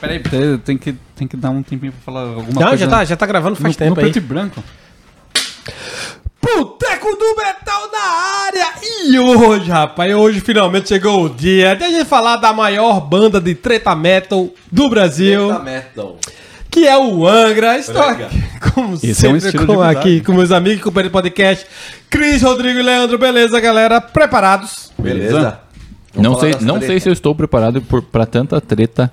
Peraí, peraí, tem que, tem que dar um tempinho pra falar alguma Não, coisa. já tá, já tá gravando faz no, tempo no aí. preto e branco. Boteco do Metal na área! E hoje, rapaz, hoje finalmente chegou o dia de a gente falar da maior banda de treta metal do Brasil, Eita metal. que é o Angra. Estou Angra. aqui, como Esse é um sempre, estilo de com, vida. aqui com meus amigos e companheiros de podcast, Cris, Rodrigo e Leandro. Beleza, galera? Preparados? Beleza? Vamos Não falar sei, das não tretas. sei se eu estou preparado por- pra tanta treta.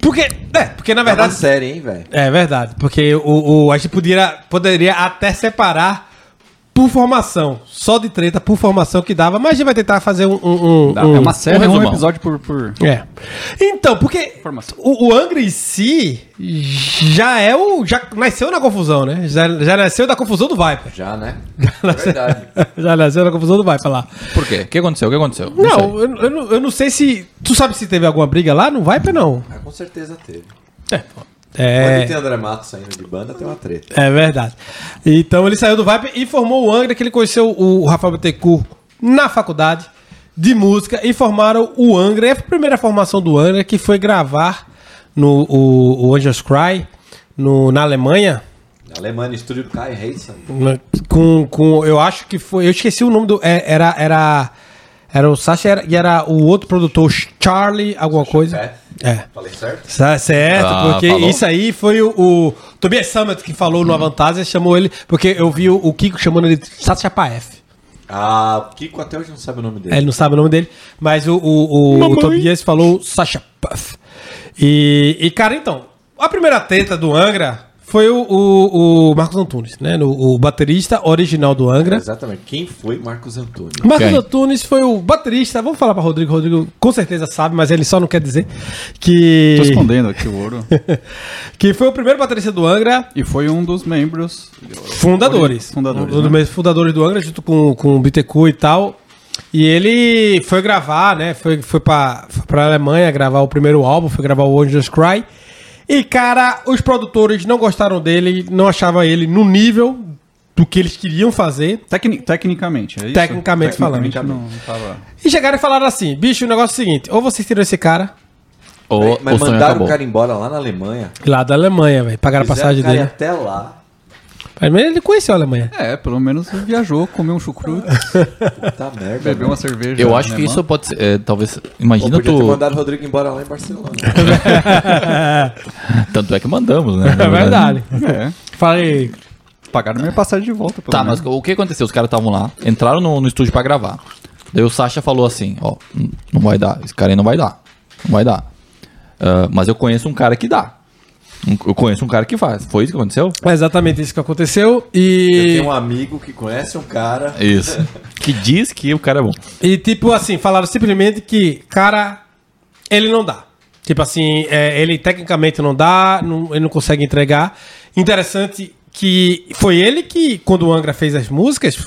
Porque, é, porque na Tá na verdade... série, hein, velho? É verdade, porque o, o- a gente poderia, poderia até separar por formação, só de treta, por formação que dava, mas a gente vai tentar fazer um... um, um- Dá- um- é uma série, é um resumão. episódio por... por... É. Então, porque Informação. o, o Angra em si já é o. Já nasceu na confusão, né? Já, já nasceu da confusão do Viper. Já, né? Verdade. já nasceu da confusão do Viper lá. Por quê? O que aconteceu? O que aconteceu? sei. Não, eu, eu não- eu não sei se. Tu sabe se teve alguma briga lá no Viper, não? Ah, com certeza teve. Quando tem É. André Matos saindo de banda, tem uma treta. É verdade. Então ele saiu do Viper e formou o Angra, que ele conheceu o Rafael Bittencourt na faculdade de música e formaram o Angra. E a primeira formação do Angra que foi gravar no o, o Angels Cry no- na Alemanha. Na Alemanha, estúdio Kai Heisen. Na- Com, com, eu acho que foi. Eu esqueci o nome do. é, Era. Era, era o Sasha era- e era o outro produtor, o Charlie, alguma coisa. É. Falei certo? Sa- Certo, Ah, porque falou. Hum. isso aí foi o, o Tobias Summit que falou no Avantasia, chamou ele, porque eu vi o, o Kiko chamando ele de Sasha Paef. Ah, o Kiko até hoje não sabe o nome dele. Ele não sabe o nome dele, mas o, o, o- o Tobias falou Sasha Puff. E, e, cara, então, a primeira treta do Angra foi o, o, o Marcos Antunes, né? no- o baterista original do Angra. Exatamente. Quem foi Marcos Antônio? Marcos Quem? Antunes foi o baterista. Vamos falar para Rodrigo. Rodrigo com certeza sabe, mas ele só não quer dizer que Tô escondendo aqui o ouro. que foi o primeiro baterista do Angra, e foi um dos membros... fundadores, Fundadores, um dos né? fundadores do Angra junto com com o Bittencourt e tal. E ele foi gravar, né? Foi foi para para Alemanha gravar o primeiro álbum, foi gravar o Angels Cry. E cara, os produtores não gostaram dele, não achavam ele no nível do que eles queriam fazer. Tecni- tecnicamente, é isso? Tecnicamente falando. não, não tava... E chegaram e falaram assim: bicho, o negócio é o seguinte, ou vocês tiram esse cara O, mas o sonho mandaram acabou. o cara embora lá na Alemanha. lá da Alemanha, velho, pagaram a Fizeram passagem o cara ir dele. até lá. Pelo menos ele conheceu a Alemanha. É, pelo menos viajou, comeu um chucrute, Tá merda. bebeu mano. uma cerveja. né, Eu acho que alemã. isso pode ser. é, talvez. né, Ou Imagina podia ter tu. mandado o Rodrigo embora lá em Barcelona. Tanto é que mandamos, né? É verdade. É, Falei, pagaram minha passagem de volta, pelo Tá, menos. mas o que aconteceu? Os caras estavam lá, entraram no, no estúdio pra gravar. Daí o Sasha falou assim, ó, "N- não vai dar, esse cara aí não vai dar. Não vai dar. Ah, mas eu conheço um cara que dá. Um- Eu conheço um cara que faz. Foi isso que aconteceu? É exatamente isso que aconteceu. Eu E, tenho um amigo que conhece um cara. Isso. que diz que o cara é bom. e, tipo assim, falaram simplesmente que, cara, ele não dá. Tipo assim, é, ele tecnicamente não dá, não- ele não consegue entregar. Interessante que foi ele que, quando o Angra fez as músicas,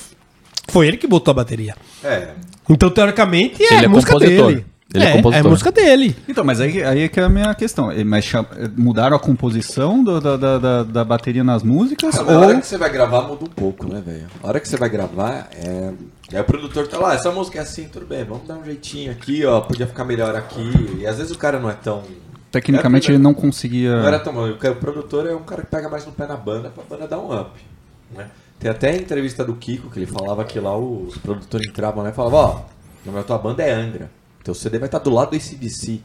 foi ele que botou a bateria. É. Então, teoricamente, é, Ele é música compositor. dele. Ele é compositor. música dele. Então, mas aí, aí é que é a minha questão. Eh, Mas cham- eh, mudaram a composição do- da, da, da, da bateria nas músicas? Ah, mas A ou... hora que você vai gravar muda um pouco, né, velho? A hora que você vai gravar, é... aí o produtor tá lá, essa música é assim, tudo bem, vamos dar um jeitinho aqui, ó, podia ficar melhor aqui. E às vezes o cara não é tão. Tecnicamente é, Era- ele não é. Não era conseguia. tão. O cara- o produtor é um cara que pega mais no pé na banda pra banda dar um up. Né? Tem até a entrevista do Kiko que ele falava que lá os produtores entravam lá e falavam, ó, o nome da tua banda é Angra. Teu CD vai estar do lado do ACDC.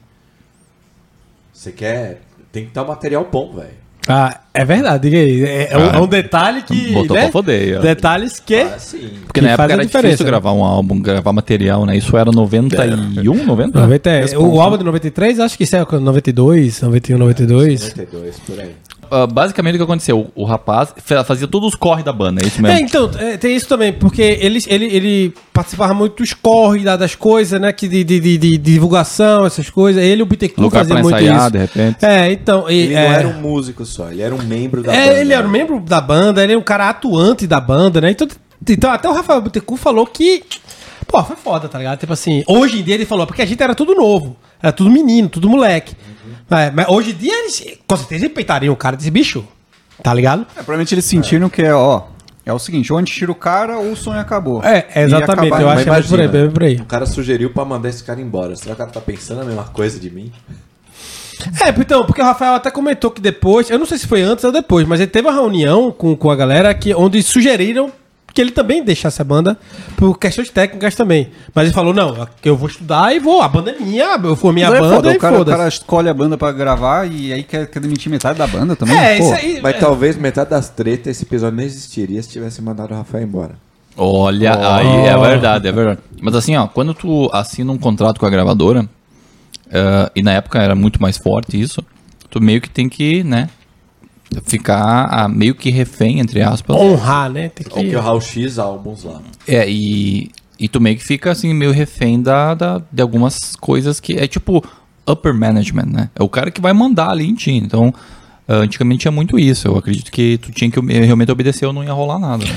Você quer. Tem que estar um material bom, velho. Ah, é verdade, diga aí. É, é um, é um detalhe que. Ah. né, Botou pra foder aí, ó. Detalhes que. Ah, sim. Porque Que na época faz a era diferença, difícil né? gravar um álbum, gravar material, né? Isso era 91, 90? 90, é- o álbum de 93, acho que isso é 92, 91, 92. 92, por aí. Ah, basicamente o que aconteceu? O rapaz fa- fazia todos os corre da banda, é isso É, mesmo? então, é, tem isso também, porque ele, ele, ele participava muito dos corre da- das coisas, né? Que de, de, de- de divulgação, essas coisas. Ele e o Bittencourt Lugar faziam pra muito ensaiar, isso. de repente. É, então. e, Ele é, não era um músico só, ele era um membro da é, banda. né? ele era um membro da banda, ele era um cara atuante da banda, né? Então, então até o Rafael Bittencourt falou que. Pô, foi foda, tá ligado? Tipo assim, hoje em dia ele falou, porque a gente era tudo novo, era tudo menino, tudo moleque. Uhum. É, mas hoje em dia eles, com certeza, eles peitariam o cara desse bicho, tá ligado? É, provavelmente eles sentiram que é, ó. É o seguinte, ou a gente tira o cara ou o sonho acabou. É, E exatamente, acabaram. eu acho Mas que é mais por aí, imagina, bem por aí. O cara sugeriu pra mandar esse cara embora. Será que o cara tá pensando a mesma coisa de mim? É, então, porque o Rafael até comentou que depois, eu não sei se foi antes ou depois, mas ele teve uma reunião com, com a galera que, onde sugeriram que ele também deixasse a banda por questões técnicas também. Mas ele falou, não, eu vou estudar e vou, a banda é minha, eu for minha Não é banda foda, e o, cara, o foda-se. cara escolhe a banda pra gravar e aí quer, quer demitir metade da banda também. É, Pô. isso aí. Mas é. talvez metade das tretas esse episódio não existiria se tivesse mandado o Rafael embora. Olha, aí é verdade, é verdade. Mas assim, ó, quando tu assina um contrato com a gravadora, eh, e na época era muito mais forte isso, tu meio que tem que, né, ficar ah, meio que refém, entre aspas. honrar, né? Tem Ou É que... que o Raul X álbuns lá. É, e, e tu meio que fica assim, meio refém da, da- de algumas coisas que é tipo upper management, né? É o cara que vai mandar ali em ti. Então, ah, antigamente tinha muito isso. Eu acredito que tu tinha que eh, realmente obedecer ou não ia rolar nada. né?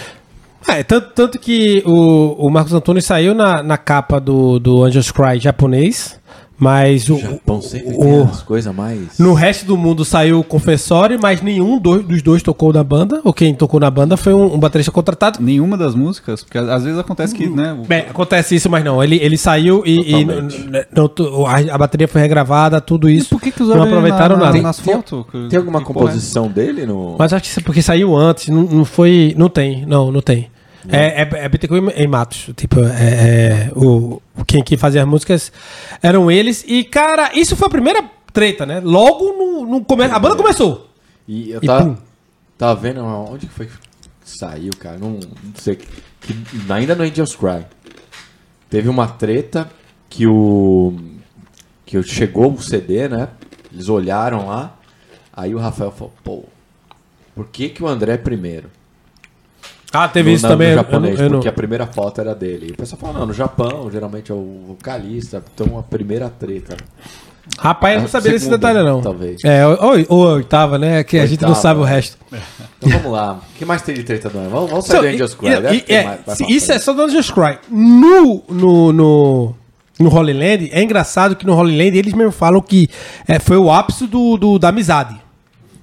É, tanto, tanto que o, o Marcos Antônio saiu na, na capa do, do Angels Cry japonês, mas o, O Japão sempre tem o- as coisas mais. no resto do mundo saiu o Confessório, mas nenhum do- dos dois tocou na banda, ou quem tocou na banda foi um, um baterista contratado. Nenhuma das músicas, porque às vezes acontece que, né? o- Bem, acontece isso, mas não, ele, ele saiu e, e Totalmente. n- n- não tu- a, a bateria foi regravada, tudo E isso, por que, que não usaram ele aproveitaram na- na- nada. nas fotos? Tem alguma composição dele no. Mas acho que isso é porque saiu antes, não, não foi. Não tem, não, não tem. É, é, é Bittencourt em Matos. Tipo, é, é, o, quem que fazia as músicas eram eles. E, cara, isso foi a primeira treta, né? Logo no, no começo. A banda começou. E eu E pum. tava, tava vendo onde que foi que saiu, cara. Não, não sei. Que, que- ainda no Angels Cry. Teve uma treta que o. Que o- chegou o CD, né? Eles olharam lá. Aí o Rafael falou, pô, por que, que o André é primeiro? Ah, teve no, isso na- também. no eu- japonês, eu, não- porque a primeira foto era dele. E o pessoal falou, não, no Japão, geralmente é o vocalista, então a primeira treta. Rapaz, eu não a sabia desse segunda, detalhe, não. talvez. É, ou, ou a oitava, né? Que a gente não Oitava. sabe o resto. Então vamos lá. O que mais tem de treta, Dona? Vamos, vamos Então, sair do é Angels e- Cry. né? e- deve e- ter é, mais- mais se- pra isso é frente. só do Angels Cry. No, no, no, no Holy Land, é engraçado que no Holy Land eles mesmo falam que é, foi o ápice do, do- da amizade.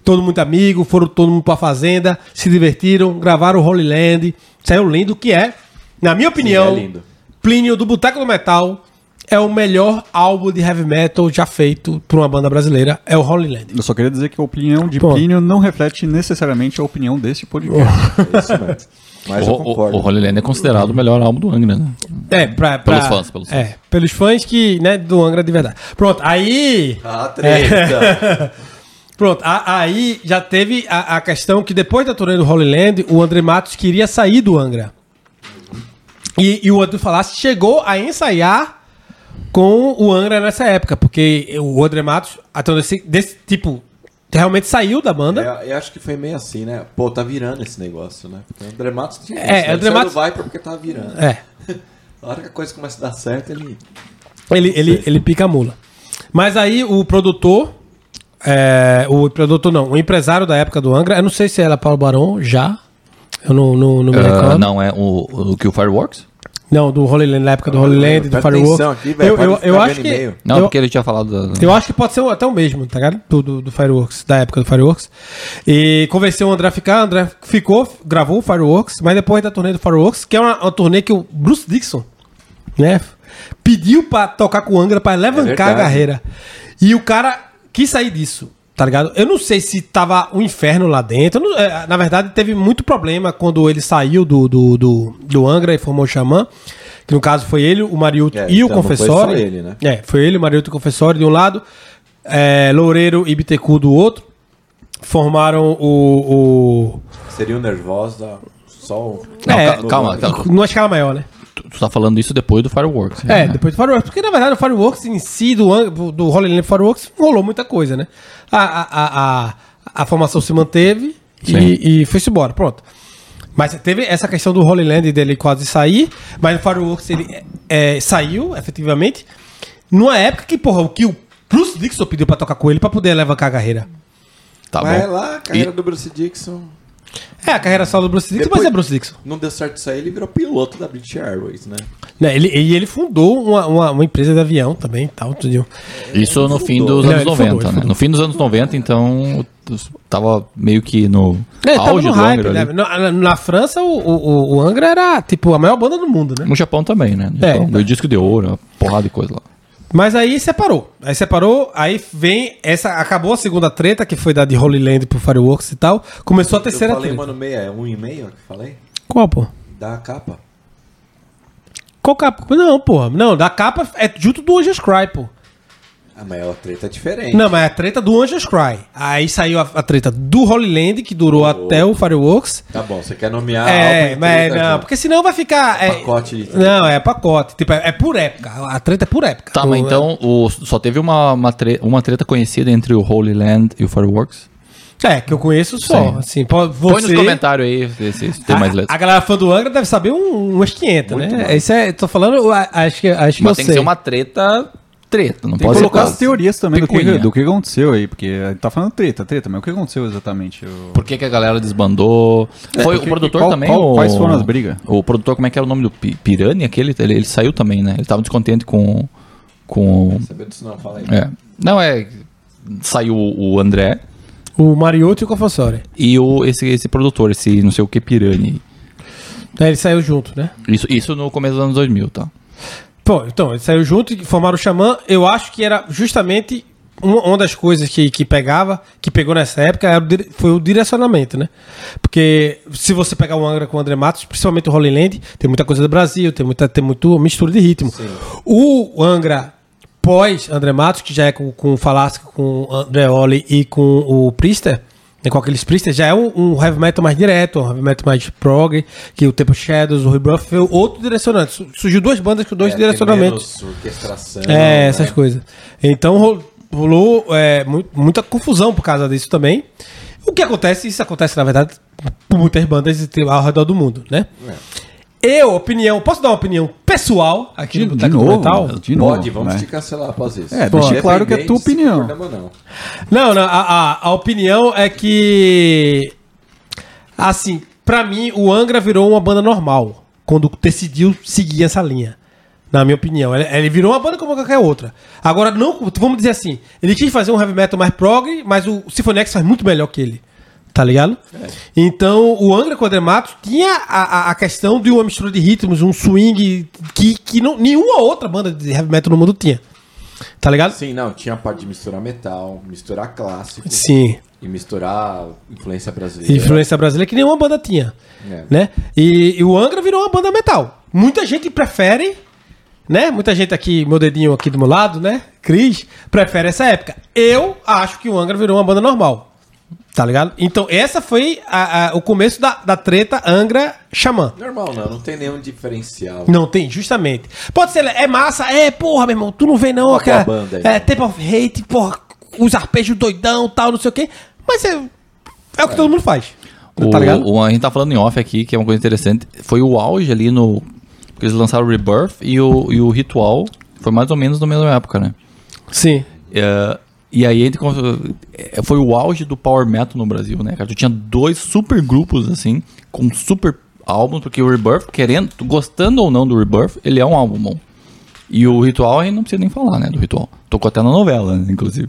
Todo mundo amigo, foram todo mundo pra fazenda, se divertiram, gravaram o Holy Land. Saiu lindo, que é, na minha opinião, é lindo. Plínio do Boteco do Metal é o melhor álbum de heavy metal já feito por uma banda brasileira, é o Holy Land. Eu só queria dizer que a opinião de Pô. Plínio não reflete necessariamente a opinião deste podcast. É isso mesmo. Mas o, eu concordo. o, o Holy Land é considerado o melhor álbum do Angra, né? É, pra, Pelos pra- fãs, pelos fãs. É, pelos fãs que, né, do Angra de verdade. Pronto, aí... Ah, treta. Pronto, a- aí já teve a, a questão que depois da turnê do Holy Land, o André Matos queria sair do Angra. E, e o André Falassi chegou a ensaiar com o Angra nessa época, porque o André Matos, até desse, desse tipo, realmente saiu da banda. É, eu acho que foi meio assim, né? Pô, tá virando esse negócio, né? Porque o André Matos tinha É, isso, né? o André Ele saiu Matos- do Viper porque tava virando. É. A hora que a coisa começa a dar certo, ele... Ele, ele, ele pica a mula. Mas aí o produtor. é, o produtor não, o empresário da época do Angra, eu não sei se era Paulo Barão já. Eu não, não, não me recordo. Ah, não é o, o que o Fireworks? Não, do Holy Land, na época do Holy Land, do Ah, Presta Fireworks. atenção aqui, velho, eu, pode eu, ficar eu vendo acho que. e-mail. Não, é eu, porque ele tinha falado. da- eu acho que pode ser até o mesmo, tá ligado? Do, do, do Fireworks, da época do Fireworks. E convenceu o André a ficar, o André ficou, gravou o Fireworks, mas depois da turnê do Fireworks, que é uma, uma turnê que o Bruce Dixon, né, pediu pra tocar com o Angra pra levantar a verdade. carreira. E o cara quis sair disso. Tá ligado? Eu não sei se tava um inferno lá dentro. Eu não- é, na verdade, teve muito problema quando ele saiu do, do, do, do Angra e formou o Xamã. Que no caso foi ele, o Mariuto É, e o então não foi Confessor. só ele, né? É, foi ele, Mariuto e Confessori de um lado, é, Loureiro e Bittencourt do outro. Formaram o. o... Seria o nervoso da... Só um. o... Não, é, ca- calma, calma. Numa escala maior, né? Tu, tu tá falando isso depois do Fireworks. É, né? depois do Fireworks. Porque na verdade o Fireworks em si, do, Ang- do Holy Land Fireworks, rolou muita coisa, né? A, a, a, a, a formação se manteve e, e foi-se embora, pronto. Mas teve essa questão do Holy Land dele quase sair, mas o Fireworks ele é, é, saiu, efetivamente, numa época que, porra, o que o Bruce Dixon pediu pra tocar com ele pra poder levantar a carreira. Tá Mas é bom. lá, a carreira do Bruce Dixon... É, a carreira solo do Bruce Dixon, Depois- mas é Bruce Dixon. Não deu certo isso aí, ele virou piloto da British Airways, né? Né, ele, e ele fundou uma, uma, uma empresa de avião também e tal, tudo. Isso no fim dos Não, anos ele fundou, 90, ele né? fundou. No fim dos anos 90, então tu tava meio que no É, tava auge no do hype, Angra. né? ali. Na, na- na França, o, o, o Angra era, tipo, a maior banda do mundo, né? No Japão também, né? No É, Japão, tá. Ganhou disco de ouro, uma porrada de coisa lá. Mas aí separou. Aí separou, aí vem essa. Acabou a segunda treta, que foi da de Holy Land pro Fireworks e tal. Começou a terceira eu falei, treta. mano, meia, é um e meio que eu falei? Qual, pô? Da capa. Qual capa? Não, porra. Não, da capa é junto do Angels Cry, pô. A maior treta é diferente. Não, mas é a treta do Angels Cry. Aí saiu a, a treta do Holy Land, que durou até o Fireworks. Tá bom, você quer nomear É, álbum e mas treta, né? não, cara? porque senão vai ficar. É, Pacote de treta. Não, é pacote. Tipo, é, é por época. A treta é por época. Tá, Não mas é- então o- só teve uma, uma, tre- uma treta conhecida entre o Holy Land e o Fireworks? É, que eu conheço só. Sim. Assim, pode, você... Ah, Põe nos comentários aí se, se- se tem mais a, a letras. galera fã do Angra deve saber um, umas 500, né? Isso é, tô falando, a- acho que, acho que eu Mas tem que sei. ser uma treta, treta, não Tem pode que ser colocar quase. as teorias também do que, Picuinha. do que aconteceu aí, porque a gente tá falando treta, treta, mas o que aconteceu exatamente? Eu- Por que, que a galera desbandou? Foi o É, porque- produtor qual- também? qual- o- quais foram as brigas? O produtor, como é que era o nome do Pi- Pirani? Aquele, ele, ele saiu também, né? Ele tava descontente com. com Saber disso não, fala aí. é. Não, é. Saiu o André O Mariotti e o Confessori. e o, esse, esse produtor, esse não sei o que Pirani. Aí ele saiu junto, né? Isso, isso no começo dos anos 2000, tá? Pô, então, ele saiu junto e formaram o Xamã. Eu acho que era justamente uma, uma das coisas que, que pegava, que pegou nessa época, era o dire- foi o direcionamento, né? Porque se você pegar o Angra com o André Matos, principalmente o Holy Land, tem muita coisa do Brasil, tem muita tem muito mistura de ritmo. O Angra pós André Matos, que já é com, com o Falasca, com o André Oli e com o Priester, né, com aqueles Priester, já é um, um heavy metal mais direto, um heavy metal mais prog, que o Temple Shadows, o Rebirth foi outro direcionante. Su- Surgiu duas bandas com dois É, direcionamentos. tem menos orquestração. É, né? essas coisas. Então ro- rolou é, mu- muita confusão por causa disso também. O que acontece, isso acontece, na verdade, por muitas bandas de- ao redor do mundo, né? Eu, opinião, posso dar uma opinião pessoal aqui no Boteco do Metal? Tipo, de novo. Pode, vamos né? te cancelar após isso. É, deixa claro que é tua Independente se opinião. concordamos ou não. Não, não, a, a, a opinião é que. Assim, pra mim, o Angra virou uma banda normal. Quando decidiu seguir essa linha. Na minha opinião. Ele, ele virou uma banda como qualquer outra. Agora, não. Vamos dizer assim. Ele quis fazer um heavy metal mais prog, mas o Symphony X faz muito melhor que ele. Tá ligado? Então, o Angra Quadramatos tinha a, a, a questão de uma mistura de ritmos, um swing que, que não, nenhuma outra banda de heavy metal no mundo tinha. Tá ligado? Sim, não, tinha a parte de misturar metal, misturar clássico Sim. e misturar influência brasileira. influência brasileira que nenhuma banda tinha, É. né? E, e o Angra virou uma banda metal. Muita gente prefere, né? Muita gente aqui, meu dedinho aqui do meu lado, né? Cris, prefere essa época. Eu acho que o Angra virou uma banda normal, tá ligado? Então essa foi a- a- o começo da, da treta Angra Xamã. Normal, não, não tem nenhum diferencial. Não tem, justamente. Pode ser, é massa, é, porra, meu irmão, tu não vê não Uma aquela. boa banda aí. é, Temple of Hate, porra, os arpejos doidão, tal, não sei o quê. Mas é, é o que todo mundo faz. O, tá ligado? o- a gente tá falando em off aqui, que é uma coisa interessante. Foi o auge ali no. Porque eles lançaram o Rebirth e o, e o Ritual. Foi mais ou menos na mesma época, né? Sim. É, e aí entre, é, foi o auge do Power Metal no Brasil, né, cara? Tu tinha dois super grupos, assim, com super álbuns, porque o Rebirth, querendo, gostando ou não do Rebirth, ele é um álbum bom. E o Ritual, aí não precisa nem falar, né, do Ritual. Tocou até na novela, né, inclusive.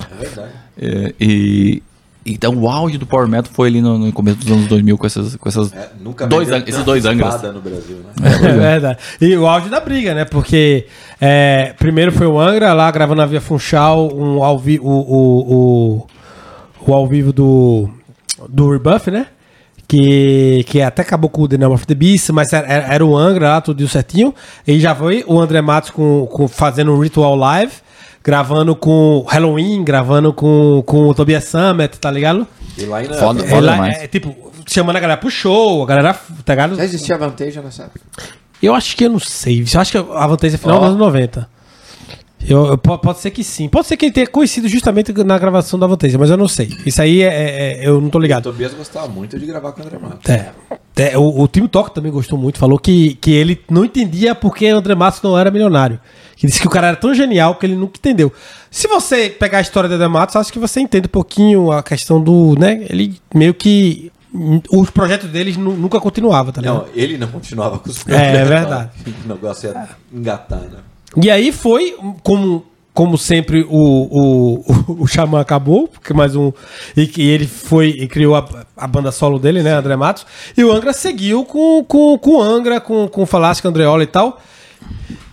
É verdade. É, e... Então o auge do Power Metal foi ali no, no começo dos anos 2000 com essas... Com essas É, nunca Dois vendeu an- esses tanta dois espada Angras. no Brasil, né? É verdade. E o áudio da briga, né? Porque é, primeiro foi o Angra lá gravando a Via Funchal, um ao vi o, o, o, o ao vivo do, do Rebuff, né? Que, que até acabou com o The Number of the Beast, mas era, era- era o Angra lá, tudo certinho. E já foi o André Matos com, com, fazendo um ritual live, gravando com Halloween, gravando com, com o Tobias Summit, tá ligado? E lá ainda. Foda. É, lá- demais. é, tipo, chamando a galera pro show, a galera, tá ligado? Já existia vantagem nessa época. Eu acho que eu não sei. Eu acho que a vantagem é final Ó. dos anos 90. Eu, eu po- pode ser que sim. Pode ser que ele tenha conhecido justamente na gravação da vantagem, mas eu não sei. Isso aí é, é- é- eu não tô O ligado. Tobias gostava muito de gravar com o André Matos. É. É, o, o Tim Toque também gostou muito, falou que, que ele não entendia por que André Matos não era milionário. Que disse que o cara era tão genial que ele nunca entendeu. Se você pegar a história do André Matos, acho que você entende um pouquinho a questão do. né? Ele meio que. Os projetos deles nu- nunca continuavam, tá ligado? Não, ele não continuava com os É, é verdade. O negócio é engatar, né? E aí foi, como, como sempre, o, o, o Xamã acabou, porque mais um. E, que ele foi e criou a, a banda solo dele, né? André Matos. E o Angra seguiu com, com, com o Angra, com, com o Falasca Andreola e tal.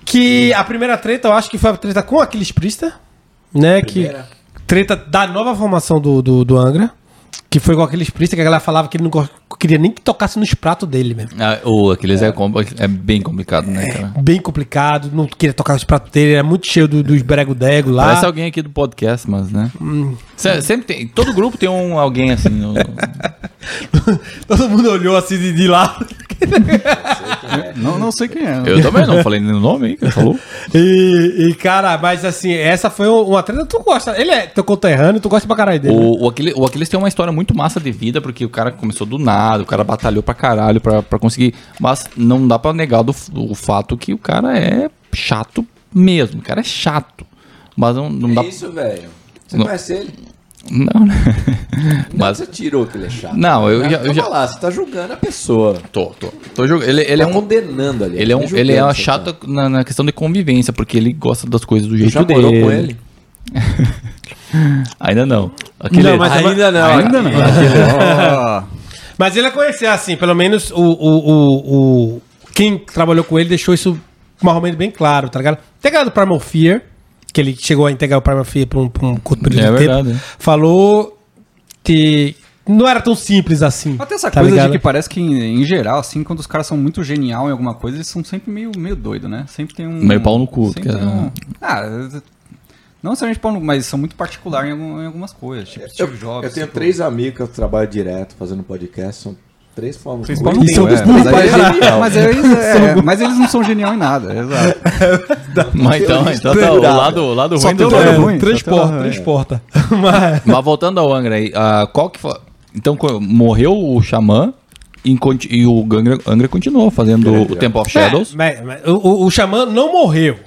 Que a primeira treta, eu acho que foi a treta com Aquiles Priester, né? Primeira. Que treta da nova formação do, do, do Angra, que foi com Aquiles Priester, que a galera falava que ele não go- queria nem que tocasse nos pratos dele mesmo. Ah, o Aquiles é. com- é bem complicado, né, cara? Bem complicado, não queria tocar nos pratos dele, era muito cheio do- dos brego-dego lá. Parece alguém aqui do podcast, mas, né? Se- Sempre tem. Todo grupo tem um alguém assim. no- Todo mundo olhou assim de, de lado. Não, não sei quem é. Eu também não falei nem o nome aí, que tá ele falou. E, e, cara, mas assim, essa foi uma treta. Tu gosta, ele é teu conterrâneo, tu gosta pra caralho dele. né? O, o, Aquiles, o Aquiles tem uma história muito massa de vida, porque o cara começou do nada, o cara batalhou pra caralho pra, pra conseguir. Mas não dá pra negar do, o fato que o cara é chato mesmo. O cara é chato. Mas não, não dá. É isso, velho. Você Não. conhece ele? Não, né? Mas... Mas. Você tirou que ele é chato. Não, eu Né? já- eu Calma já- lá, você tá julgando a pessoa. Tô, tô. tô jogando. Ele, ele é Tá um. condenando ali. Ele é, um, tá ele é julgando, chato você na, na questão de convivência, porque ele gosta das coisas do tá. jeito Já dele. morou com ele? Ainda não. Aquele, Não, mas- Ainda não. Ainda não. Ó, Mas ele é conhecer, assim, pelo menos o, o, o, o- Quem trabalhou com ele deixou isso mais ou menos bem claro, tá ligado? Até a galera do Primal Fear, que ele chegou a integrar o Primal Fear por um, por um curto período É de verdade, tempo, é. falou que não era tão simples assim. Mas tem essa tá coisa ligado? de que parece que, em, em geral, assim, quando os caras são muito genial em alguma coisa, eles são sempre meio, meio doido, né? Sempre tem um. Meio pau no cu, né? sempre cara. tem um- Ah, não necessariamente pau no cu, mas são muito particulares em, algum- em algumas coisas. Tipo, Steve Eu, Jobs. eu tenho tipo- três amigos que eu trabalho direto fazendo podcast. São três formas. Vocês como- podem Isso é um ter, dos é, burros mas aí pra eles- mas eles- é, Mas eles não são genial em nada, exato. Mas então, então tá, o lado, o lado Só ruim tem do o lado jogo. ruim. É, três Só tem- portas, três portas. Mas- Mas voltando ao Angra aí, ah, qual que foi. Então co- morreu o Xamã e, conti- e o Angra, Angra continuou fazendo o Temple of Shadows. É, mas- mas o, o, o Xamã não morreu.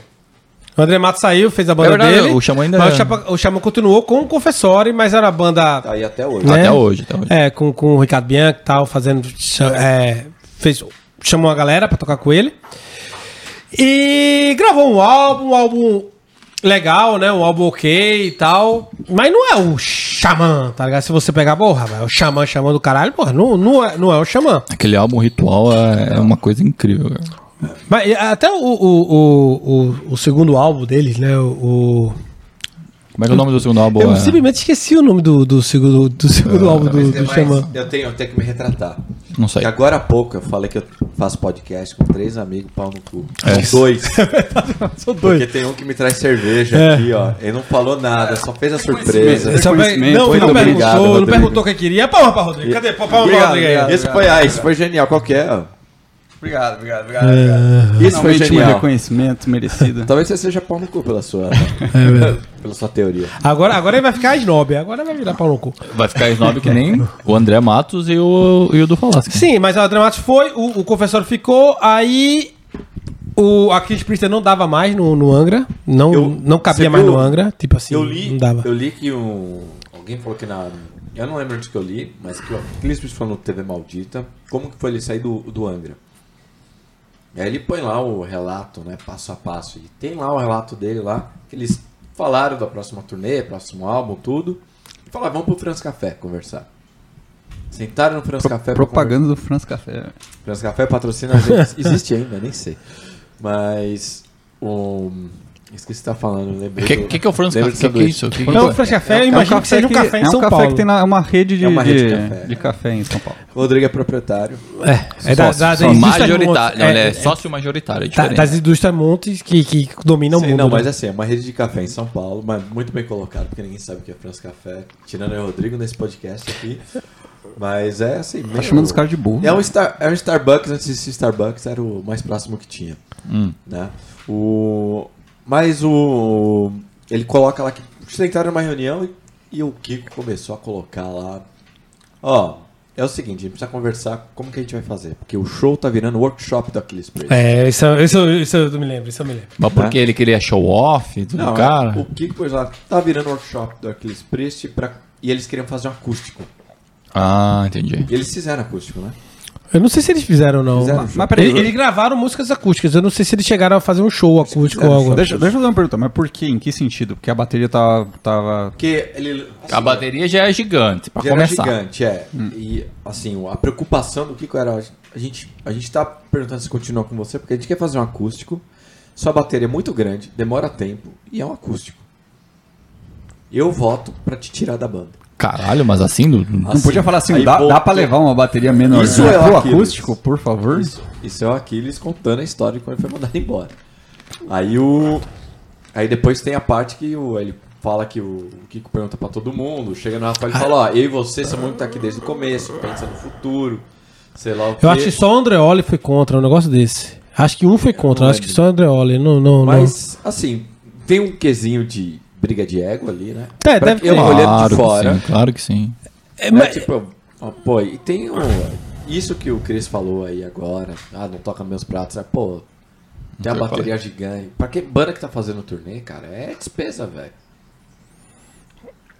O André Mato saiu, fez a banda É verdade, dele. o Xamã ainda- é. mas o Xamã, o Xamã continuou com o Confessori, mas era a banda. Tá aí até hoje. né? Até hoje, até hoje. É, com, com o Ricardo Bianchi e tal, fazendo. cha- é, fez, chamou a galera pra tocar com ele. E gravou um álbum, um álbum legal, né? Um álbum ok e tal. Mas não é o Xamã, tá ligado? Se você pegar, porra, mas é o Xamã, Xamã do caralho, porra, não, não, é, não é o Xamã. Aquele álbum ritual é, é uma coisa incrível. cara. Mas, e, até o, o, o, o, o segundo álbum deles, né? O. o- Como é que é o nome do segundo álbum? eu É- simplesmente esqueci o nome do, do segundo, do segundo álbum do, Mas do demais, Xamã. Eu tenho até que me retratar. Não sei. Que agora há pouco eu falei que eu faço podcast com três amigos, pau no cu. É. São dois. São dois. Porque tem um que me traz cerveja aqui, ó. Ele não falou nada, só fez a surpresa. Reconhecimento. Só pe- Reconhecimento. Não, Muito não obrigado, perguntou, não Rodrigo. perguntou o que queria. Palma pra Rodrigo. Cadê? Palma pra Obrigado, é Rodrigo. obrigado. aí. Esse foi, ah, esse foi genial. Qual que é? ó? Obrigado, obrigado, obrigado. obrigado. Isso foi Finalmente um genial. reconhecimento merecido. Talvez você seja pau no cu pela sua, É pela sua teoria. Agora, agora ele vai ficar snob. Agora vai virar pau no cu. Vai ficar snob que nem o André Matos e o, e o do Falasca. Sim, mas a Dramatis foi, o, o confessor ficou, aí o Aquiles Priester não dava mais no, no Angra. Não, Eu- não cabia você mais viu? no Angra. Tipo assim, eu li, não dava. eu li que um alguém falou que na eu não lembro onde que eu li, mas que o Aquiles Bispo falou no TV Maldita, como que foi ele sair do, do Angra? E aí ele põe lá o relato, né, passo a passo. E tem lá o relato dele lá, que eles falaram da próxima turnê, próximo álbum, tudo. E falaram, vamos pro Franz Café conversar. Sentaram no Franz Café pra Propaganda do Franz Café. Franz Café patrocina a gente. Existe ainda, nem sei. Mas. Um... Esqueci o que você tá falando, O lembrei. que, do- que, que é o Franz lembro Café? do Que, que é sanduíche. isso? Que- Então, o Franz Café, eu imagino que seja um café em é um São café Paulo. que tem na, uma rede, de, É uma rede de de- café. de café em São Paulo. Rodrigo é proprietário. É, é da, Sócio, da, da sócio. majoritário. Não, É, ele é é, sócio majoritário. É da- diferente. das indústrias montes que, que dominam o Sei, mundo. não, mas né? assim, é uma rede de café em São Paulo, mas muito bem colocado, porque ninguém sabe o que é Franz Café. Tirando eu e o Rodrigo nesse podcast aqui. Mas é assim. Meio... Tá chamando os caras de burro. É um, Star, é um Starbucks, antes de ser Starbucks, era o mais próximo que tinha. Né? O, mas o. Ele coloca lá que. Sentaram numa reunião e, e o Kiko começou a colocar lá. Ó, é o seguinte, a gente precisa conversar como que a gente vai fazer. Porque o show tá virando workshop do Aquiles Priest. É, isso, isso, isso eu me lembro, isso eu me lembro. Mas porque ele queria show off do Não, é cara? o Kiko pôs lá, tá virando workshop do Aquiles Priest pra, e eles queriam fazer um acústico. Ah, entendi. E eles fizeram acústico, né? Eu não sei se eles fizeram ou não. Fizeram. mas- Mas Ele- Ah, Eles, gravaram músicas acústicas. Eu não sei se eles chegaram a fazer um show acústico ou fizeram algo. Deixa, deixa eu fazer uma pergunta, mas por que? Em que sentido? Porque a bateria tava. tava... Porque ele. assim, A bateria já é gigante, pra Já era começar. gigante, é. E, assim, a preocupação do Kiko era... A gente, a gente tá perguntando se continua com você, porque a gente quer fazer um acústico. Sua bateria é muito grande, demora tempo e é um acústico. Eu voto pra te tirar da banda. Caralho, mas assim. do- Não podia falar assim, dá, dá pra levar uma bateria menor Isso é pro o Aquiles. acústico, por favor? Isso, isso é o Aquiles contando a história de quando ele foi mandado embora. Aí o. Aí depois tem a parte que o, ele fala que o, o Kiko pergunta pra todo mundo, chega no Rafael e fala, ó, eu e você são muito tá aqui desde o começo, pensa no futuro, sei lá o quê. Eu acho que só o Andreoli foi contra um negócio desse. Acho que um foi contra, não acho que lembro. só o Andreoli. Não, não, Mas, assim, tem um quesinho de briga de ego ali, né? É, Pra- deve eu ter. olhando de que fora. sim, claro que sim. não. É, É, mas- tipo, ó, pô, e tem o, isso que o Chris falou aí agora. Ah, não toca meus pratos. É, pô, tem a Não foi bateria gigante. Pra que banda que tá fazendo turnê, cara? É despesa, velho.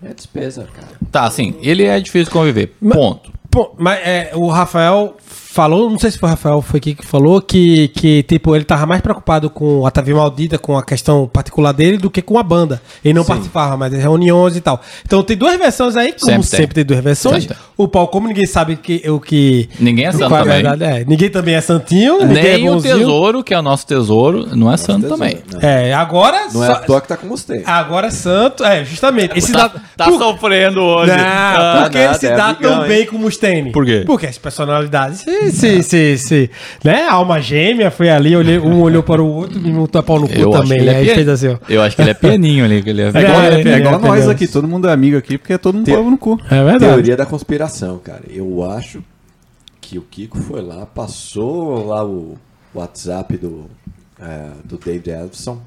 É despesa, cara. Tá, assim, ele é difícil de conviver. Ponto. Pô, mas é, o Rafael falou, não sei se foi o Rafael foi aqui que falou, que, que tipo, ele tava mais preocupado com a TV Maldita, com a questão particular dele, do que com a banda. Ele não participava mais das reuniões e tal. Então tem duas versões aí, como Sempre sempre, tem. tem. duas versões. Sempre tem. O pau, como ninguém sabe que, o que. Ninguém é santo qual a também. verdade é. Ninguém também é santinho, ninguém é Nem o bonzinho. tesouro, que é o nosso tesouro, não é santo também. Tesouro, né? É, agora. Não é só- à toa que tá com você. Agora é santo. É, justamente. Esse dá- por- Tá, sofrendo hoje. Não, Ah, Ah, porque ele nada, se é dá amigão, tão hein? bem com o Mustaine. Por quê? Porque as personalidades, É. se, se, se, se- né? A alma gêmea foi ali, olhei- um olhou para o outro, me montou pau no cu Eu, acho que também. ele né? é Aí pia- fez assim, ó. Eu acho que ele é pianinho ali. que Ele é... É, Igual, é, é, é, igual é, nós entendeu? aqui, todo mundo é amigo aqui, porque é todo mundo pau no cu. É verdade. Teoria da conspiração, cara. Eu acho que o Kiko foi lá, passou lá o WhatsApp do, é, do David Ellison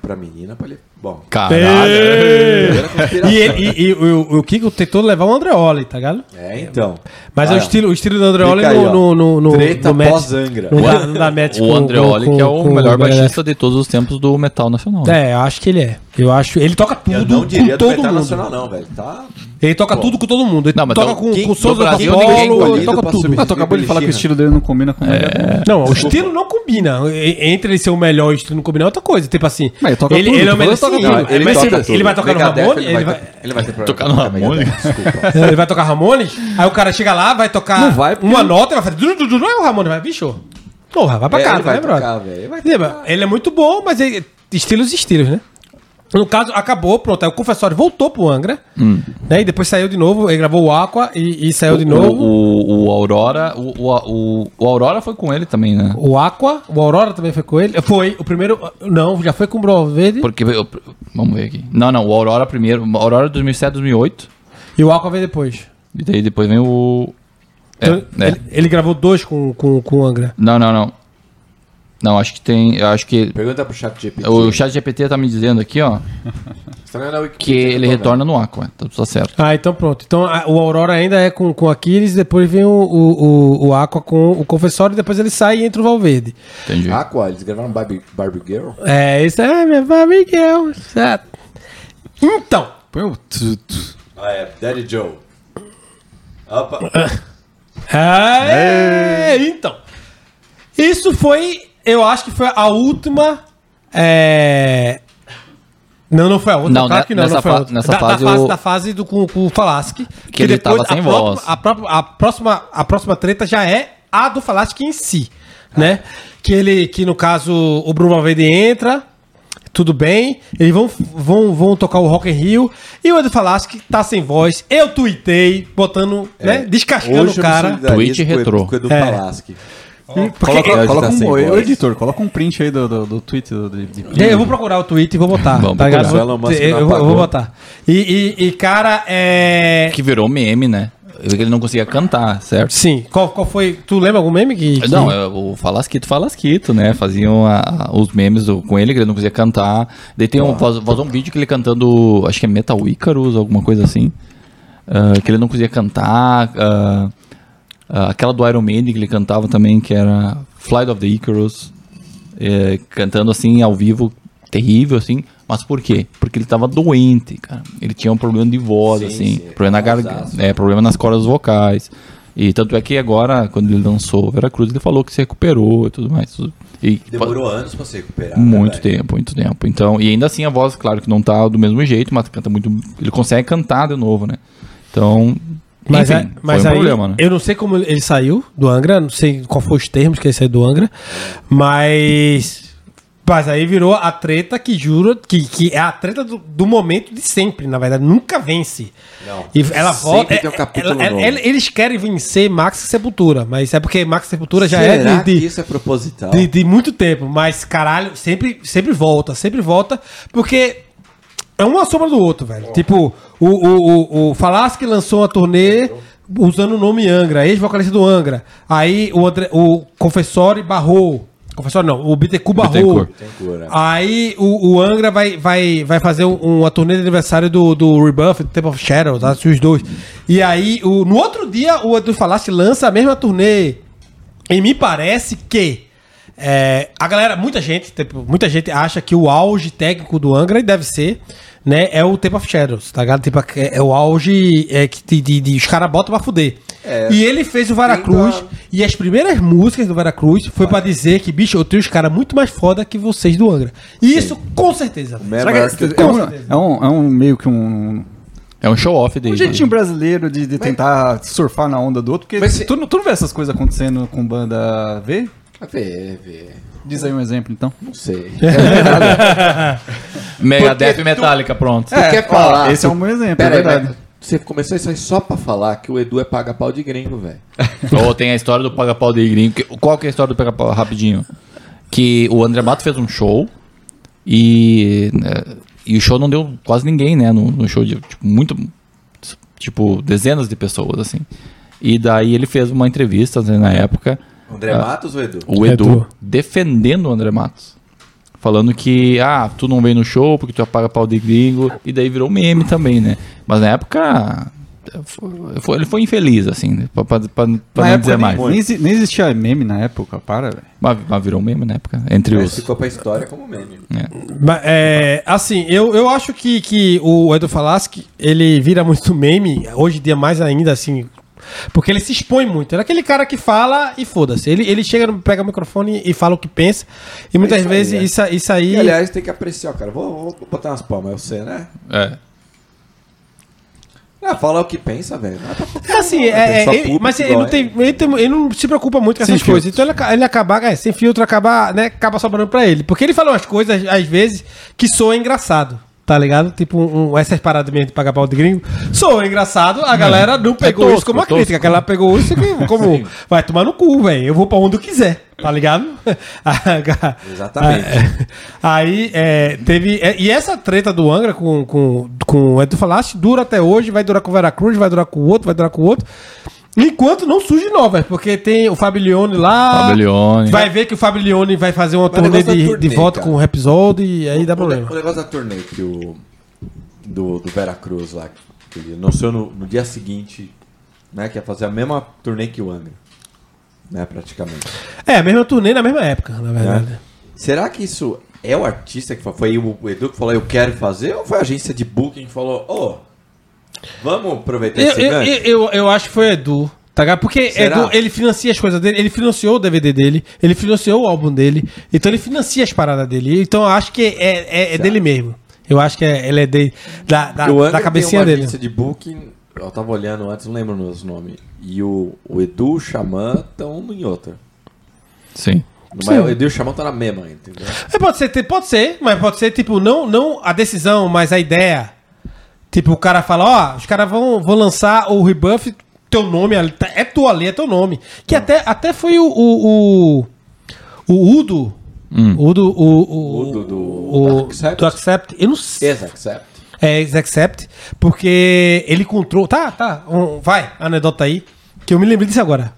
pra menina, pra ele. Bom, Caralho. É. teoria da conspiração. E, ele- e- e o, o Kiko tentou levar o Andreoli, tá ligado? É, então. Mas é o Olha, estilo, o estilo do Andreoli Fica aí, ó. no, no, no, Treta no match. pós-Angra. Não dá, não dá match O com- Andreoli, com- que é o com melhor Andreoli. baixista de todos os tempos do metal nacional. né? É, eu acho que ele é. Eu acho. Ele toca tudo Eu não diria com do todo metal mundo. nacional, não, velho. Tá. Ele toca tudo com todo mundo. Ele Não, mas toca então, com, quem- com o no Souza Brasil, Apollo, ninguém escolhido ele toca pra tudo. substituir É. Ah, tu acabou de falar que o estilo dele não combina com nada. Não, o estilo não combina. E- Entre ele ser o melhor e o estilo não combinar é outra coisa. Tipo assim. Mas ele toca ele, tudo, ele é o tipo, melhor. ele toca sim, tudo. mas Ele se- toca tudo. ele vai tocar no Megadeth, Ramones, ele vai. ter- Ele vai ter É. problema. Tocar no com Megadeth, Ramones? Desculpa. Ele vai tocar Ramones, aí o cara chega lá, vai tocar Não vai, porque- uma nota, ele vai fazer. du- du- du- du- Aí o Ramones vai, bicho. Porra, vai pra É, casa, ele vai né, brother? tocar, velho, ele vai Lembra, Ele é muito bom, mas ele- estilos e estilos, né? No caso, acabou, pronto. Aí o confessório voltou pro Angra, né? E depois saiu de novo, ele gravou o Aqua e, e saiu de O, novo. o, o Aurora. O, o, o- o Aurora foi com ele também, né? O Aqua, o Aurora também foi com ele. Foi, o primeiro. Não, já foi com o Bro Verde. Porque. eu- vamos ver aqui. Não, não, o Aurora primeiro. o Aurora 2007, 2008. E o Aqua veio depois. E daí depois vem o. É, Então, é. Ele, ele gravou dois com, com, com o Angra. Não, não, não. Não, acho que tem. Eu acho que. Pergunta pro chat GPT. O chat GPT tá me dizendo aqui, ó, que ele retorna no Aqua. Tá tudo certo. Ah, então pronto. Então a- o Aurora ainda é com, com Aquiles, depois vem o, o, o, o Aqua com o Confessório, depois ele sai e entra o Valverde. Entendi. Aqua, eles gravaram um Barbie, Barbie Girl? É, isso é meu Miguel. Então, Põe o tu, tu. Ah, é. Daddy Joe. Opa. É, então. Isso foi, eu acho que foi a última. é, Não, não foi a última. Não, claro né, que não, nessa não foi a fa- outra. nessa da, da fase fase o- da fase do com, com o Falasque. Que, ele tava sem a voz. A, própria- a próxima, a próxima treta já é a do Falasque em si, né? Que ele, que no caso o Bruno Valverde entra, tudo bem. Eles vão, vão, vão tocar o Rock in Rio e o Edu Falasque tá sem voz. Eu tuitei, botando, né? Descascando É, o Hoje eu cara. me solidarizo Twitch com o Edu- retrô. com o Edu É. Falaschi. E- porque- Coloca, Ele coloca tá sem um, voz. ô, editor, coloca um print aí do, do, do tweet do, de, de E aí, eu vou procurar o tweet e vou botar. Vamos tá ligado? procurar. Vou- O Elon Musk não eu, eu vou- eu apagou. vou botar. E, e- e, cara, é. Que virou meme, né? Eu vi que ele não conseguia cantar, certo? Sim, qual, qual foi. Tu lembra algum meme que. que- Não, é o Falasquito, Falasquito, né? Faziam a- a- os memes do- com ele, que ele não conseguia cantar. Daí tem um, vaz- vazou um vídeo que ele cantando, acho que é Metal Icarus, alguma coisa assim. ah, que ele não conseguia cantar. ah, ah, aquela do Iron Maiden que ele cantava também, que era Flight of the Icarus. eh, cantando assim, ao vivo, terrível, assim. Mas por quê? Porque ele tava doente, cara. Ele tinha um problema de voz, Sim, assim. sim, Problema na garganta. cansaço. É, problema nas cordas vocais. E tanto é que agora, quando ele lançou Veracruz, ele falou que se recuperou e tudo mais. E Demorou anos pra se recuperar. né, muito velho? tempo, muito tempo. Então, e ainda assim a voz, claro que não tá do mesmo jeito, mas canta muito. Ele consegue cantar de novo, né? Então. Mas, enfim, é, mas foi um aí, problema, né? eu não sei como ele saiu do Angra, não sei qual foi os termos que ele saiu do Angra, mas Mas aí virou a treta que jura que, que é a treta do, do momento de sempre, na verdade. Nunca vence. Não. E ela Sempre volta. tem um é- capítulo ela- ela- novo. eles querem vencer Max e Sepultura, mas é porque Max e Sepultura já Será é de- de, que isso é proposital? de, de muito tempo, mas caralho, sempre, sempre volta, sempre volta, porque é uma sombra do outro, velho. Tipo, o, o, o, o Falasque lançou uma turnê usando o nome Angra, ex-vocalista do Angra. Aí o, André, o Confessori barrou. Confessori não, o Bittencourt barrou. Bittencourt. Bittencourt, é. Aí o, o Angra vai, vai, vai fazer um- uma turnê de aniversário do, do Rebuff, do Temple of Shadows, acho os dois. E aí, o, no outro dia, o Edu Falaschi lança a mesma turnê. E me parece que é, a galera, muita gente, tipo, muita gente acha que o auge técnico do Angra, e deve ser, né, é o Temple of Shadows, tá ligado? Tipo, é, é o auge é, que te- de, de- os caras botam pra fuder. É. e ele fez o Veracruz, Tenta- e as primeiras músicas do Veracruz foi pra dizer que, bicho, eu tenho os caras muito mais foda que vocês do Angra. E isso, com certeza. Mero Será que- arquiteto- É com um, certeza. é um- é um meio que um. É um show-off dele. Um jeitinho brasileiro de, de tentar surfar na onda do outro, porque Mas se- tu, não- tu não vê essas coisas acontecendo com banda V? Vê, vê. Diz aí um exemplo, então. Não sei. É. Megadeth Porque e Metallica, pronto. Tu quer falar? esse é um bom exemplo, Pera é aí, verdade. mas Você começou isso aí só pra falar que o Edu é paga-pau de gringo, velho. Ou tem a história do Paga-Pau de Gringo. que- Qual que é a história do Paga-Pau? Rapidinho. Que o André Mato fez um show e, né, e o show não deu quase ninguém, né? No, no show de tipo, muito. Tipo, dezenas de pessoas, assim. E daí ele fez uma entrevista né, na época. André Ah. Matos ou Edu? o Edu. Edu, defendendo o André Matos. Falando que, ah, tu não veio no show porque tu apaga pau de gringo. E daí virou meme também, né? Mas na época. foi- foi- ele foi infeliz, assim, né? pra, pra, pra- pra não dizer nem, né? mais. nem exi- nem existia meme na época, para, velho. Mas, mas virou meme na época. Entre Mas os. ficou pra história como meme. Mas, é, assim, eu, eu acho que, que o Edu Falaschi, ele vira muito meme, hoje em dia mais ainda, assim, porque ele se expõe muito. Ele é aquele cara que fala e foda-se. Ele, ele chega, pega o microfone e fala o que pensa, e muitas isso aí, vezes é. isso, isso aí... E aliás, tem que apreciar, cara. Vou, vou botar umas palmas, é você, né? É. Ah, fala o que pensa, velho. Não é pra É assim, Uma é, é, pessoa ele- pública mas ele igual não, tem, ele, tem- ele não se preocupa muito com Sem essas filtro. coisas. Então ele, aca- ele acaba, é, sem filtro, acaba, né, acaba sobrando pra ele. Porque ele fala umas coisas, às vezes, que soa engraçado. Tá ligado? Tipo, um, um- essas paradas mesmo de pagar pau de gringo. Soa engraçado, a galera não pegou tosco, isso como uma é tosco. crítica. que ela pegou isso que- como. vai tomar no cu, velho. Eu vou pra onde eu quiser, tá ligado? Exatamente. É, Aí é, teve. é, e essa treta do Angra com, com, com o Edu Falaste dura até hoje, vai durar com o Veracruz, vai durar com o outro, vai durar com o outro. Enquanto não surge novas, porque tem o Fabilione lá. Fabilione. Vai ver que o Fabilione vai fazer uma Mas turnê negócio de, da turnê, de volta cara. com o Rhapsody e aí dá O ne- O problema. negócio da turnê que o. Do, do Veracruz lá. Que ele anunciou no, no dia seguinte, né? Que ia fazer a mesma turnê que o Angra. Né, praticamente. É, a mesma turnê na mesma época, na É verdade. né? Será que isso é o artista que fa- foi o o Edu que falou eu quero fazer? Ou foi a agência de booking que falou, ô, vamos aproveitar Eu, esse eu, gancho? eu, eu- eu acho que foi Edu. Tá ligado? Porque Será? Edu, ele financia as coisas dele, ele financiou o DVD dele, ele financiou o álbum dele, então ele financia as paradas dele. Então eu acho que é, é- é dele mesmo. Eu acho que é, ele é de, da, da, E o da Angra tem cabecinha uma dele. agência de booking, eu tava olhando antes, não lembro os nomes. E o, o Edu e o Xamã estão em outra. Sim. Mas Sim. o Edu e o Xamã estão na mesma, entendeu? É, pode, ser, pode ser, mas pode ser, tipo, não, não a decisão, mas a ideia. Tipo, o cara fala, ó, os caras vão, vão lançar o rebuff, teu nome, ali, tá- é tua ali, é teu nome. Hum. Que até, até foi o. O, o, o Udo. O Udo, o, o, Hum. Udo do- o- do Accept? do Accept. Eu não sei. Yes, accept. É, ex- Accept. Porque ele encontrou. Tá, tá. um- vai, anedota aí. Que eu me lembrei disso agora.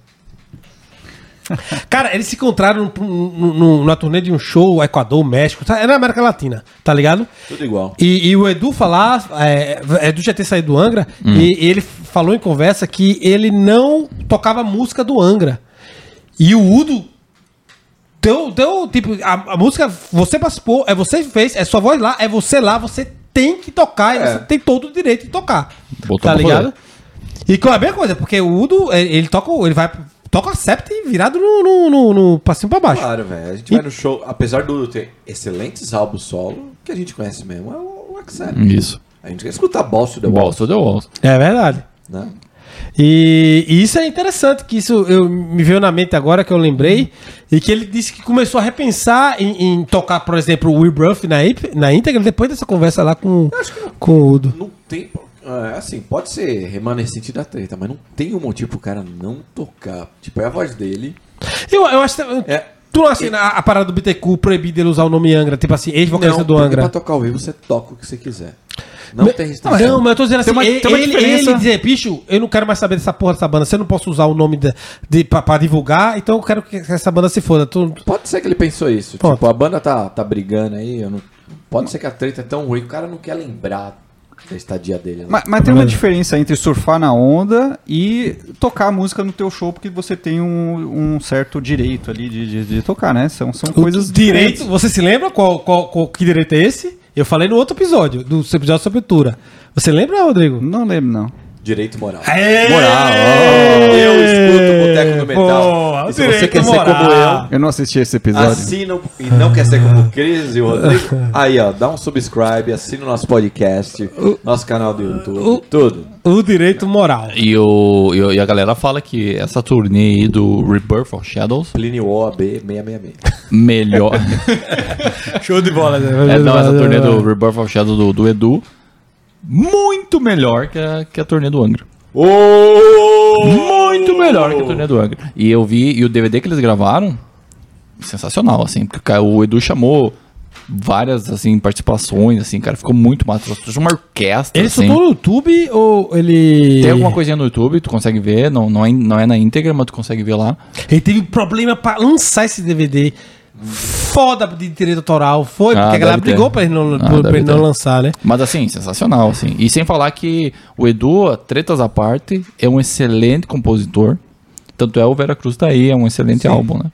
Cara, eles se encontraram num- num- num- na turnê de um show, Equador, México, tá? era na América Latina, tá ligado? Tudo igual. E, e o Edu falar, é, Edu já ter saído do Angra, Hum. e ele falou em conversa que ele não tocava música do Angra. E o Udo deu, deu tipo, a, a música você participou, é você que fez, é sua voz lá, é você lá, você tem que tocar, e É. você tem todo o direito de tocar. Botou tá pra ligado? poder. E com a mesma coisa, porque o Udo, ele, ele toca, ele vai, toca septa e virado no, no, no, no pra cima e pra baixo. Claro, velho. A gente E- vai no show, apesar do ter excelentes álbuns solo, o que a gente conhece mesmo é o, o Accept. Hum. Isso. A gente quer escutar Balso The Wall, Balls to the Walls. É verdade. né? E, e isso é interessante, que isso eu, me veio na mente agora que eu lembrei, e que ele disse que começou a repensar em, em tocar, por exemplo, o Will Bruff na, íp- na íntegra, depois dessa conversa lá com, com o Udo. Não tem. é, assim, pode ser remanescente da treta, mas não tem um motivo pro cara não tocar. Tipo, é a voz dele. Eu, eu acho que. É. Tu não assina a, a parada do BTQ proibida ele usar o nome Angra, tipo assim, ex-vocalista do porque pra Angra. tocar ao vivo você toca o que você quiser. Não tem Não, restrição. mas eu tô dizendo assim, Tem uma- ele, tem uma ele- diferença. ele dizer, bicho, eu não quero mais saber dessa porra dessa banda, você não posso usar o nome de, de, pra, pra divulgar, então eu quero que essa banda se foda. Tu, Pode ser que ele pensou isso. Pronto. Tipo, a banda tá, tá brigando aí. eu não- Pode ser que a treta é tão ruim que o cara não quer lembrar da estadia dele. Né? Mas, mas tem uma diferença entre surfar na onda e tocar a música no teu show, porque você tem um, um certo direito ali de, de- de tocar, né? São, são coisas direito. diferentes. Você se lembra qual, qual, qual- que direito é esse? Eu falei no outro episódio, do episódio sobre Tura. Você lembra, Rodrigo? Não lembro, não. É. Direito moral. Moral. Eu escuto o Boteco do Metal. Pô, e se você direito quer ser moral. como eu, Eu não assisti esse episódio. assina o- e não quer ser como o Cris e o Rodrigo, aí ó, dá um subscribe, assina o nosso podcast, nosso canal do YouTube, tudo. O direito moral. E, o, e o- e a galera fala que essa turnê aí do Rebirth of Shadows, Plínio OAB 666. melhor. Show de bola. né? é, não, essa turnê do Rebirth of Shadows do, do Edu, muito melhor que a, que a turnê do Angra. Muito melhor que a turnê do Angra. E eu vi, e o DVD que eles gravaram, sensacional, assim, porque o cara- o Edu chamou várias, assim, participações, assim, cara, ficou muito massa. Trouxe uma orquestra, É, Ele assim. soltou no YouTube ou ele. Tem alguma coisinha no YouTube, tu consegue ver, não, não, é, não é na íntegra, mas tu consegue ver lá. Ele teve problema pra lançar esse DVD. Foda de direito autoral. Foi, Ah, porque a galera deve ter. brigou pra ele não, Ah, pra deve ele não ter. lançar, né? Mas assim, sensacional, assim. E sem falar que o Edu, tretas à parte, é um excelente compositor. Tanto é o Vera Cruz tá aí, é um excelente álbum, né?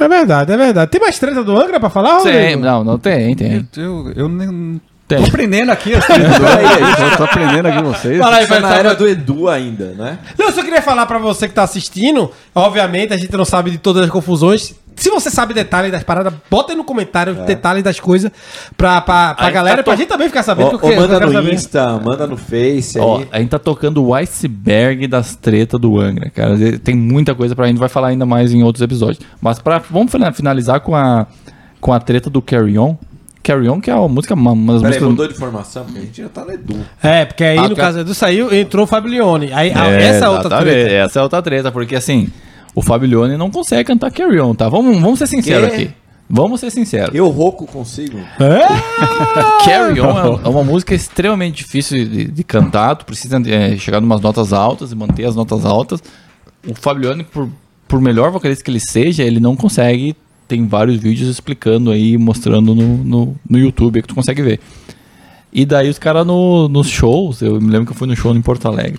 É verdade, é verdade. Tem mais treta do Angra pra falar, Tem, Rodrigo? não, não tem, tem. Eu, eu nem- Tem. tô aprendendo aqui as coisas. Eu tô aprendendo aqui vocês. Fala aí, Isso é vai, na tá- era do Edu ainda, né? Não, eu só queria falar pra você que tá assistindo. Obviamente, a gente não sabe de todas as confusões. Se você sabe detalhes das paradas, bota aí no comentário É. os detalhes das coisas pra, pra, pra Aí galera, tá pra to- gente também ficar sabendo. Ou, porque é, eu manda quero no saber. Insta, manda no Face Ó, aí. a gente tá tocando o iceberg das tretas do Angra, cara. Tem muita coisa pra gente vai falar ainda mais em outros episódios. Mas pra, vamos fina- finalizar com a, com a treta do Carry On. Carry On, que é uma música, uma, uma das Peraí, músicas- mudou de formação, porque a gente já tá no Edu. É, porque aí Ah, no cara. caso do saiu, entrou o Fábio Leone. Aí a- É, essa é outra exatamente, treta. Essa é outra treta, porque assim, o Fábio Leone não consegue cantar Carry On, tá? Vamos, vamos ser sinceros Quê? aqui. Vamos ser sinceros. Eu rouco consigo. Carry On é um- é uma música extremamente difícil de, de cantar, tu precisa é, chegar em umas notas altas e manter as notas altas. O Fábio Leone, por, por melhor vocalista que ele seja, ele não consegue. Tem vários vídeos explicando aí, mostrando no, no, no YouTube que tu consegue ver. E daí os caras no, nos shows, eu me lembro que eu fui no show em Porto Alegre.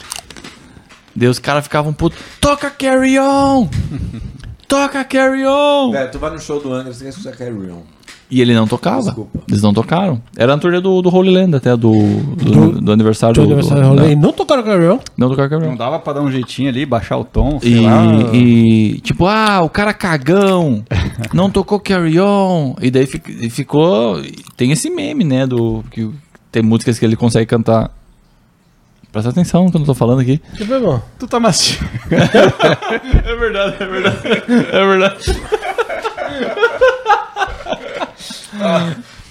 Daí os caras ficavam putos, toca carry on! toca carry on! É, tu vai no show do Angra, você quer escutar Carry On. E ele não tocava. Desculpa. Eles não tocaram. Era na turnê do, do Holy Land até, do, do, do aniversário Teu do. aniversário do- rolou. da- E Não tocaram o Carrion? Não tocaram Não Gabriel. dava pra dar um jeitinho ali, baixar o tom, sei E, lá. e, tipo, ah, o cara cagão, não tocou carry on. E daí fic- e ficou. e Tem esse meme, né? Do, que tem músicas que ele consegue cantar. Presta atenção quando eu tô falando aqui. Que foi bom. Tu tá mastigando. É verdade, é verdade. É verdade.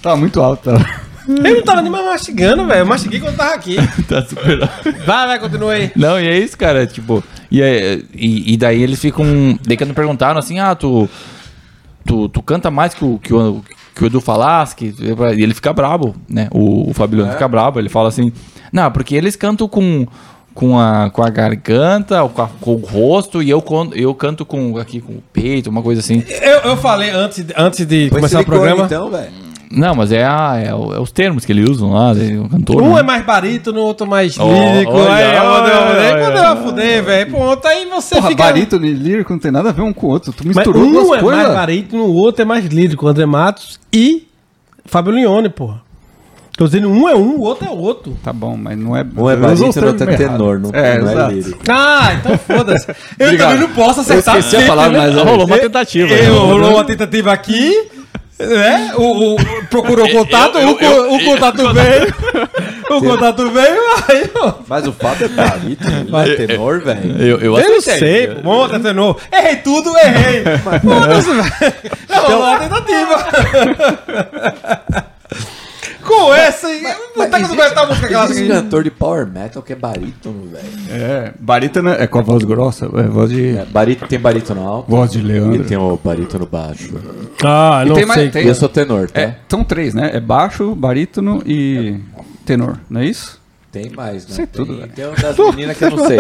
Tá muito alto. Eu não tava nem mais mastigando, velho. Eu mastiguei quando tava aqui. Tá super. Vai, vai, continua aí. Não, e é isso, cara. Tipo, e, é- e, e daí eles ficam. Daí quando perguntaram assim, ah, tu. Tu, tu canta mais que o, que o, que o Edu Falasque. E ele fica brabo, né? O, o Fabiano É. fica brabo. Ele fala assim, não, porque eles cantam com. Com a, com a garganta, ou com, a- com o rosto, e eu, con- eu canto com aqui com o peito, uma coisa assim. Eu, eu falei antes, antes de Foi começar o silicone, programa. Então, velho. Não, mas é, a- é, o- é os termos que eles usam lá, de- o cantor. Um né? é mais barítono, outro mais Oh, lírico. olha, aí, olha, olha, quando eu afudei, velho, pronto, aí você Porra, fica... barítono e lírico não tem nada a ver um com o outro. Tu Mas misturou duas um é mais coisas. barítono, o outro é mais lírico. André Matos e Fábio Leone, porra. Tô dizendo, um é um, o outro é outro. Tá bom, mas não é... Um é eu uso barítono, os outro termos é errados. tenor, não, É, não é exato. lírico. Ah, então foda-se. Eu Obrigado. também não posso acertar Esqueci a palavra, mas rolou uma tentativa. é né? né? Eu, rolou uma tentativa aqui, né? O, o- procurou contato, o, co- o contato veio. O contato veio, aí, ó. Mas o Fábio é palito, ele é tenor, velho. Eu, eu Eu não aceitei. sei, pô. Vamos tentar de novo. Errei tudo, errei. é. Foda-se, velho. Então- Não, lá a tentativa. Com essa, e- puta que eu não gosto da música aquela. Existe cantor de power metal que é barítono, velho. É, barítono é com a voz grossa, é voz de... É, barito, tem barítono alto Voz de e Leandro. tem o barítono baixo. Ah, E tem mais- tem- E eu sou tenor, tá? É, são três, né? É baixo, barítono e tenor, não é isso? Tem mais, né? Sei tem, tudo, velho. tem uma das meninas que eu não sei.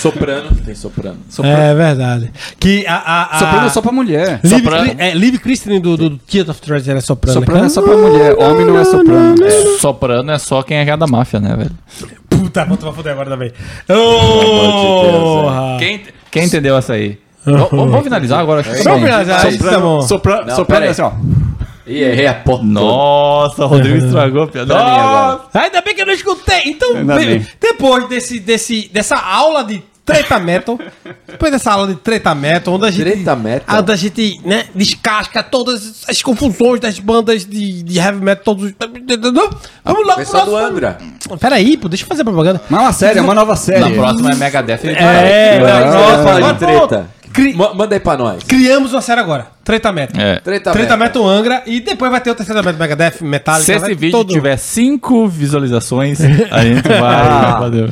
Soprano, tem soprano. É verdade. Que a. a, a... Soprano é só pra mulher. Liv, Soprano. Cri- é, Liv Christine do, do, do Theater of Treasure era soprano. Soprano né? é só pra mulher, homem não é soprano. Soprano é só quem é da máfia, né, velho? Puta, pronto, vai foder agora também. amor Porra! Quem, quem entendeu essa aí? Vamos- Vamos finalizar agora? Acho que tá Vamos bom. finalizar, aí, tá bom. soprano, Não, soprano pera é aí. assim, ó. E errei a porta. Nossa, o Rodrigo estragou a piada. Pra mim agora. Nossa! Ainda bem que eu não escutei. Então, Ainda bem, bem. depois desse, desse, dessa aula de treta metal, depois dessa aula de treta metal, onde a gente, Treta metal? Onde a gente né, descasca todas as confusões das bandas de, de heavy metal, todos os... Vamos lá pro Pessoal do nosso... Angra. Peraí, pô, deixa eu fazer propaganda. Mas é uma série, é uma nova série. Na próxima é Megadeth. ele vai. Ah, É, na próxima, fala de agora, pô, treta. cri- Ma- manda aí pra nós. criamos uma série agora, treta metal. É. Treta, Treta metal. Metal Angra e depois vai ter o terceiro Metal Megadeth, Metallica. Se esse vai vídeo todo- tiver 5 visualizações, a gente vai. Valeu.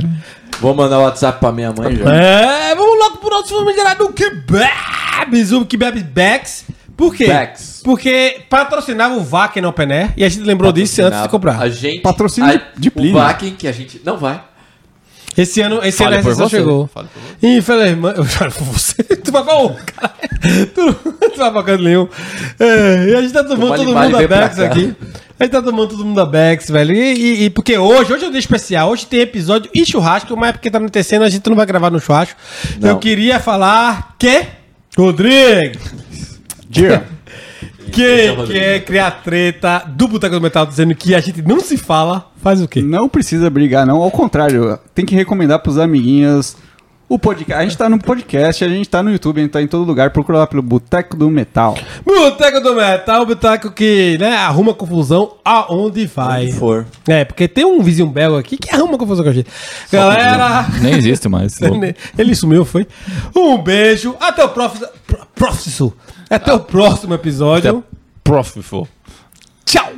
Vou mandar o WhatsApp pra minha mãe já. É, vamos logo pro nosso filme gerado do Kebabs, o Kebabs Backs. Por quê? Backs. Porque patrocinava o Vaken no Open Air e a gente lembrou disso antes de comprar. A gente. Patrocínio a- de Plínio. O Vakin que a gente. Não vai. Esse ano, esse ano Fale a por recessão você. chegou. Fale por você. Infelizmente. Eu falo por você. Tu vai pra um, cara. Tu não tu vai pra canto nenhum. É, e a gente tá tomando Vale, todo vale, mundo da vem pra Bex cá. aqui. A gente tá tomando todo mundo da Bex, velho. E, e- e porque hoje, hoje é um dia especial. Hoje tem episódio e churrasco, mas porque tá acontecendo, a gente não vai gravar no churrasco. Não. Eu queria falar que. Rodrigo! Dia. Esse é o Quem Rodrigo. quer criar treta do Boteco do Metal dizendo que a gente não se fala, faz o quê? Não precisa brigar, não. Ao contrário, tem que recomendar pros amiguinhos o podcast. A gente tá no podcast, a gente tá no YouTube, a gente tá em todo lugar. Procura lá pelo Boteco do Metal. Boteco do Metal, boteco que né, arruma confusão aonde vai. Onde for. É, porque tem um vizinho belga aqui que arruma confusão com a gente. Galera, Nem existe mais. ele sumiu, foi. Um beijo, até o próximo. pró- próximo- Até o próximo episódio. Profitful. Tchau!